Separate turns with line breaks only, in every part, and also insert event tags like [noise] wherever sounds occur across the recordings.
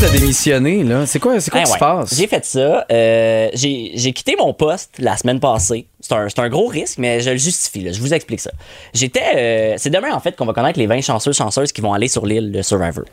de démissionner, là. C'est quoi, c'est quoi
Ah
qui
ouais.
se passe?
J'ai fait ça. euh, j'ai j'ai quitté mon poste la semaine passée. C'est un, c'est un gros risque, mais je le justifie. là. Je vous explique ça. J'étais. euh, c'est demain, en fait, qu'on va connaître les 20 chanceux, chanceuses qui vont aller sur l'île de Survivor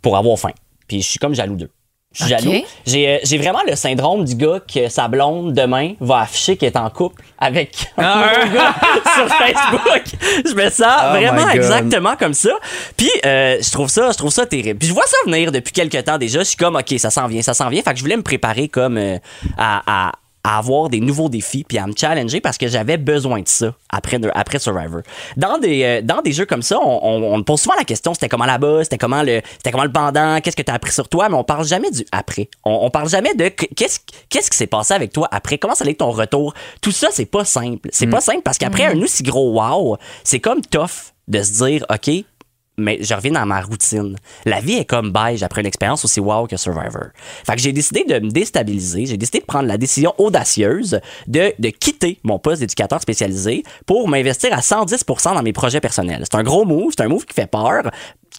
pour avoir faim. Puis je suis comme jaloux d'eux. Je suis
Ok.
jaloux. J'ai euh, j'ai vraiment le syndrome du gars que sa blonde, demain, va afficher qu'elle est en couple avec [laughs] un
Ah.
autre gars sur Facebook. Je me sens
Oh my
vraiment
God.
exactement exactement comme ça. Puis euh, je trouve ça, je trouve ça terrible. Puis je vois ça venir depuis quelques temps déjà. Je suis comme ok, ça s'en vient, ça s'en vient. Fait que je voulais me préparer comme euh, à, à- à avoir des nouveaux défis puis à me challenger parce que j'avais besoin de ça après de- après Survivor. Dans des euh, dans des jeux comme ça, on, on, on me pose souvent la question c'était comment là-bas, c'était comment le c'était comment le pendant, qu'est-ce que t'as appris sur toi, mais on parle jamais du après. On, on parle jamais de qu- qu'est-ce qu'est-ce qui s'est passé avec toi après, comment ça allait ton retour. Tout ça c'est pas simple, c'est pas simple parce qu'après un aussi gros wow, c'est comme tough de se dire, OK, mais je reviens dans ma routine. La vie est comme beige après une expérience aussi wow que Survivor. Fait que j'ai décidé de me déstabiliser, j'ai décidé de prendre la décision audacieuse de, de quitter mon poste d'éducateur spécialisé pour m'investir à 110 dans mes projets personnels. C'est un gros move, c'est un move qui fait peur.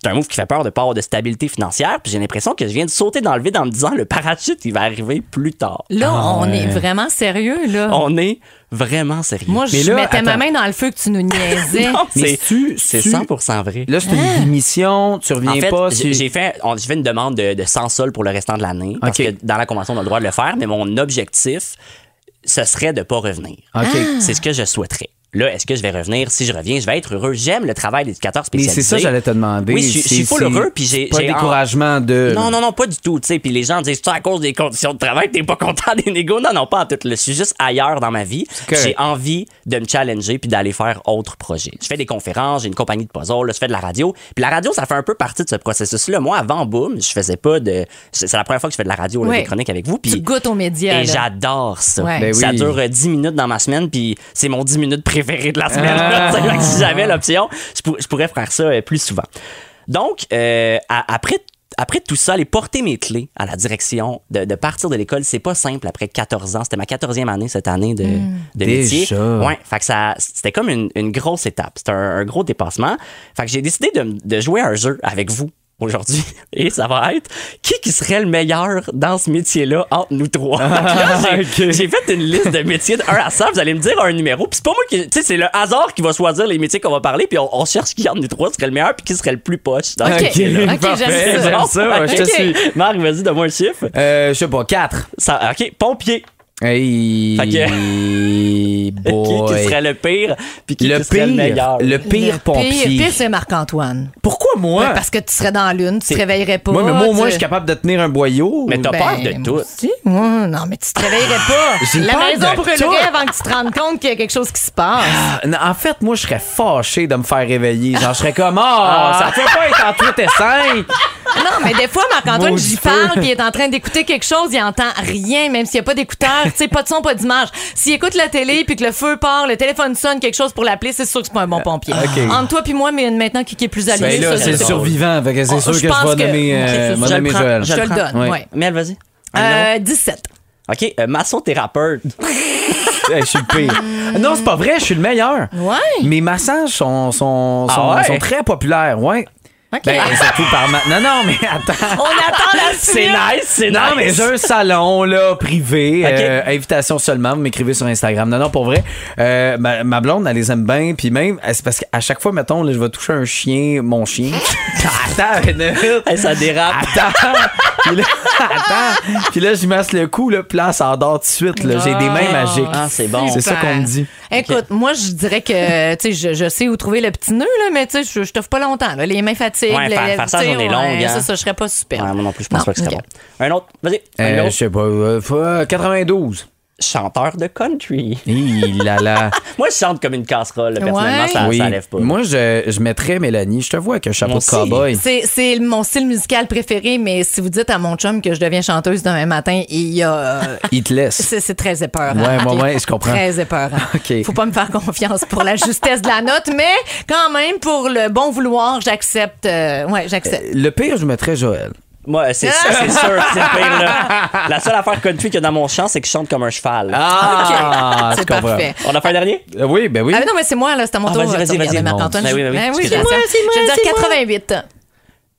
C'est un move qui fait peur de pas avoir de stabilité financière, puis j'ai l'impression que je viens de sauter dans le vide en me disant le parachute, il va arriver plus tard.
Là, on est vraiment sérieux,
Ah.
là.
On est vraiment sérieux.
Moi,
Mais
je
là,
mettais ma
attends.
main dans le feu que tu nous
[laughs]
niaisais.
Non,
Mais
c'est
tu-
c'est
tu-
100% vrai.
Là, c'est
Ah.
une démission, tu reviens
En fait,
pas.
j'ai
tu-
j'ai fait, on- j'ai fait une demande de, de 100 sols pour le restant de l'année. Parce
Ok.
que dans la convention, on a le droit de le faire, mais mon objectif, ce serait de ne pas revenir.
Ah. OK.
C'est ce que je souhaiterais. Là, est-ce que je vais revenir? Si je reviens, je vais être heureux. J'aime le travail d'éducateur
Mais
spécialisé.
c'est ça que j'allais te demander.
Oui, je suis- je suis
C'est-
full
c'est
heureux, puis j'ai.
Pas de
j'ai en-
découragement de.
non, non, non, pas du tout. tu sais. Puis les gens disent, c'est à cause des conditions de travail que t'es pas content des négos. Non, non, pas en tout. là. Je suis juste ailleurs dans ma vie.
correct.
J'ai envie de me challenger puis d'aller faire autre projet. Je fais des conférences, j'ai une compagnie de puzzle, là, je fais de la radio. Puis la radio, ça fait un peu partie de ce processus-là. Moi, avant Boom, je faisais pas de. C'est c'est la première fois que je fais de la radio, là,
Ouais.
des chroniques avec vous. Puis
Tu goûtes aux médias.
et
là.
j'adore ça.
Ouais. Ben
Ça
oui.
dure euh, 10 minutes dans ma semaine, puis c'est mon 10 minutes préféré de la semaine. là.
Ah.
Fait que si j'avais l'option, je, pour- je pourrais faire ça euh, plus souvent. Donc, euh, à- après, après tout ça, aller porter mes clés à la direction de, de partir de l'école, c'est pas simple après 14 ans. C'était ma 14e année cette année de,
Hmm.
de
Déjà.
métier. Ouais, fait que ça, c'était comme une, une grosse étape. C'était un, un gros dépassement. Fait que j'ai décidé de, m- de jouer à un jeu avec vous aujourd'hui. [laughs] Et ça va être qui qui serait le meilleur dans ce métier-là entre
[laughs]
nous trois.
Ah,
Là, j'ai, j'ai fait une liste de métiers de 1 à 100. Vous allez me dire un numéro. Puis c'est pas moi qui. Tu sais, c'est le hasard qui va choisir les métiers qu'on va parler. Puis on, on cherche qui entre nous trois serait le meilleur puis qui serait le plus poche. dans ce
Ok.
métier-là.
Ok, j'aime
parfait,
ça.
Eh, j'aime ça, ouais, je te
[laughs] Ok.
suis.
Marc, vas-y, donne-moi un chiffre.
Euh, je sais pas, 4.
Ça- OK, pompier. [laughs]
Hey.
Fait Qui,
[laughs]
qui
boy.
serait le pire puis qui,
le
qui serait le
pire,
meilleur.
le pire pompier.
Pire, pire, c'est Marc-Antoine.
Pourquoi moi?
Ben, parce que tu serais dans l'une, tu te réveillerais pas.
moi, mais moi, au moins,
tu-
je suis capable de tenir un boyau.
Mais t'as
Ben,
peur de tout.
moi aussi. Moi, non, mais tu te réveillerais pas.
[gasps] J'ai
La
peur
maison
de tout.
brûlerait avant que tu te rendes compte qu'il y a quelque chose qui se passe.
Ah, non, En fait, moi, je serais fâché de me faire réveiller. Genre, je serais comme,
[laughs]
oh, ça peut pas être en 3 et 5.
Non, mais des fois, Marc-Antoine,
Maudit
j'y
feu.
parle, puis il est en train d'écouter quelque chose, il entend rien, même s'il n'y a pas d'écouteur, tu sais, pas de son, pas d'image. S'il écoute la télé, puis que le feu part, le téléphone sonne, quelque chose pour l'appeler, c'est sûr que c'est pas un bon pompier.
Ah, ok.
Entre toi puis moi, mais maintenant, qui qui est plus allumé,
Ben là,
ça,
c'est le
ça.
survivant. Fait que c'est
Oh,
sûr
je
que je
pense
vais
que-
nommer, euh,
Ok,
vais
je
nommer
le prends,
Joël.
Je te le donne,
Ouais.
ouais.
Mel, vas-y.
Euh, 17.
OK, euh, massothérapeute.
Hey, je suis le pire. non, c'est pas vrai, je suis le meilleur.
Ouais.
Mes massages sont, sont,
Ah
sont,
ouais?
sont très populaires, ouais.
OK.
Ben, surtout par ma... Non, non, mais
On [laughs]
attends.
attend la
[laughs]
suite.
C'est nice, c'est
Non,
nice.
mais j'ai un salon, là, privé.
Ok.
euh, invitation seulement. Vous m'écrivez sur Instagram. Non, non, pour vrai. euh, ma, ma blonde, elle les aime bien. Puis même, c'est parce qu'à chaque fois, mettons, là, je vais toucher un chien, mon chien. [laughs] attends, une minute.
Hey, ça dérape.
Attends! Puis là, [laughs] attends! Puis là, je masse le cou, là, puis là, ça endort tout de suite. là. J'ai des mains
Ah.
magiques.
Ah, c'est bon.
C'est ça qu'on me dit.
Écoute, moi, je dirais que, tu sais, je, je sais où trouver le petit nœud, là, mais tu sais, je, je t'offre pas longtemps, là. Les mains fatiguées.
Ouais, faire- faire ça,
tu sais,
j'en ai long,
ouais,
hein.
Ça, ça, je serais pas super.
Ouais, moi non plus, je pense pas que c'était
ok.
bon. Un autre, vas-y.
Euh,
Un
je
autre.
sais pas, euh, faut- euh, 92.
Chanteur de country.
Il là
[laughs]
là.
Moi, je chante comme une casserole, là, personnellement,
Ouais.
ça,
Oui.
ça lève pas.
Moi, je, je mettrais Mélanie. Je te vois avec un chapeau
Moi
de
aussi.
cowboy.
C'est, c'est mon style musical préféré, mais si vous dites à mon chum que je deviens chanteuse demain matin, il y a. [laughs] euh,
Il te laisse.
c'est, c'est très épeurant.
Ouais,
ok?
ouais, ouais, je comprends.
Très
[laughs]
épeurant.
Ok.
Faut pas me faire confiance pour la justesse de la note, mais quand même, pour le bon vouloir, j'accepte. euh, ouais, j'accepte.
Le pire, je mettrais Joël.
Moi, c'est ça, c'est sûr,
[laughs]
c'est le pire, là. La seule affaire country qu'il y a dans mon chant, c'est que je chante comme un cheval.
Ah,
c'est
je comprends.
parfait.
On a fait un dernier?
Euh, Oui, ben oui.
Ah, mais non, mais c'est moi, là, c'est à mon
Ah,
tour.
vas-y,
euh,
vas-y,
de regarder
vas-y.
Marc-Antoine.
Ben oui, ben oui,
Ben oui,
excuse-moi,
je
c'est moi,
l'accepte. Je vais dire 88.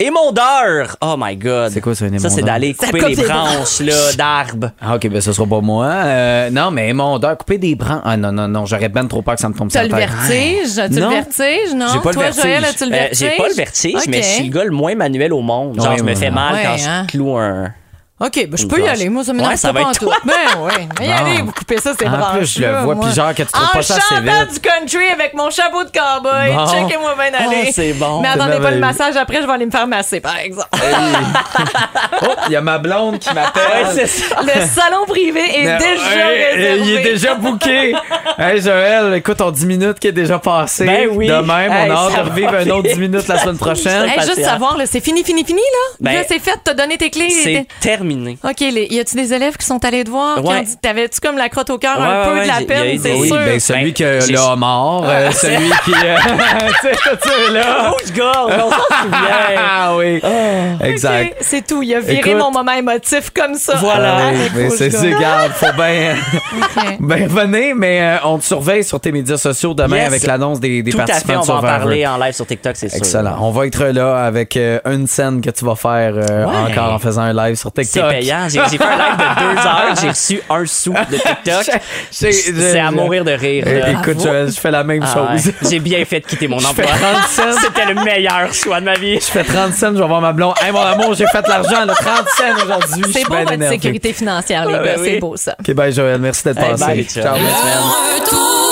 Émondeur! Oh my God!
C'est quoi ça, un
Ça, c'est
émondeur?
d'aller
Ça
couper
coupe
les
les
branches, là, d'arbres.
Ah, ok, ben ce sera pas moi. Euh, non, mais mon odeur, couper des branches. Ah non, non, non, j'aurais ben trop peur que ça me tombe sur
T'as
la
le
tête.
vertige? T'as le
Non.
vertige, non?
J'ai pas le
Toi,
vertige.
Joël, as-tu le
Euh,
vertige?
J'ai pas le vertige,
Ok.
mais je suis le gars le moins manuel au monde. Genre,
Ouais,
je me
ouais,
fais
ouais.
mal quand
Ouais, hein.
je cloue un.
OK, ben, je
Une
peux y
branche.
aller. Moi, ça m'énerve
Ouais, ça
pas
va être
en tout.
toi.
Ben oui. Mais y
Bon.
aller, vous coupez ça, c'est
En
vrai.
plus, je le vois, puis genre, que tu trouves pas ça assez
En chantant
vite.
du country avec mon chapeau de cowboy.
Bon.
Checkez-moi bien aller.
Ah, c'est bon.
Mais
C'est
attendez pas le
merveilleux.
massage après, je vais aller me faire masser, par exemple.
Oh, il y a ma blonde qui m'appelle.
Ouais, c'est ça.
le salon privé est
Mais-
déjà
Hey,
réservé.
Il est déjà booké. hey Joël, écoute, en 10 minutes qui est déjà passé.
Ben oui.
De même,
Hey,
on a hâte
ça
de
va
revivre un autre
vite.
10 minutes la
[laughs]
semaine prochaine.
Hey, juste
patient.
savoir, là, c'est fini, fini, fini, là.
Ben,
là, c'est fait, t'as donné tes clés.
C'est terminé.
OK, les- y a-tu des élèves qui sont allés te voir? qui
Ouais.
ont dit- T'avais-tu comme la crotte au cœur
Ouais,
un peu
ouais,
de la
j'ai- y a eu
peine?
des-
C'est
oui,
sûr.
ben celui
Ben,
qui a
j'ai-
le homard, euh, celui qui. [laughs] euh, tu sais, tout ça, là.
Rouge gorge, Oh, on s'en souvient.
Ah oui. Exact.
Ok, c'est tout. Il a viré
Écoute.
mon moment émotif comme ça.
Voilà.
Ah oui,
Avec
mais
Rouge
c'est
Gorge.
c'est grave, faut
[laughs]
bien
Ok.
ben venez, mais euh, on te surveille sur tes médias sociaux demain
Yes.
avec l'annonce des, des
Tout à fait,
participants
on
de
va en
Survivor.
parler en live sur TikTok, c'est sûr.
Excellent. On va être là avec euh, une scène que tu vas faire euh,
Ouais.
encore en faisant un live sur
C'est
TikTok. [laughs]
payant. J'ai j'ai fait un live de deux heures, j'ai reçu un sou de
[laughs]
TikTok.
J'ai- j'ai-
C'est à
j'ai-
mourir de rire.
Eh,
là.
écoute,
Bravo.
je, je fais la même
Ah ouais.
chose.
J'ai bien fait de quitter
[laughs]
mon
Je fais
emploi.
30 cents.
C'était le meilleur choix de ma
[laughs]
vie.
Je fais 30 cents, je vais voir ma blonde. Hey, mon amour, j'ai fait de l'argent, là, 30 cents aujourd'hui. Je
C'est
suis
beau
bien
votre
énervé.
sécurité financière, les
Ah,
gars.
ben
C'est
oui.
beau ça.
Ok, bye Joël, merci d'être
Hey,
passé.
bye, Richard.
Ciao, bonne semaine.
retour.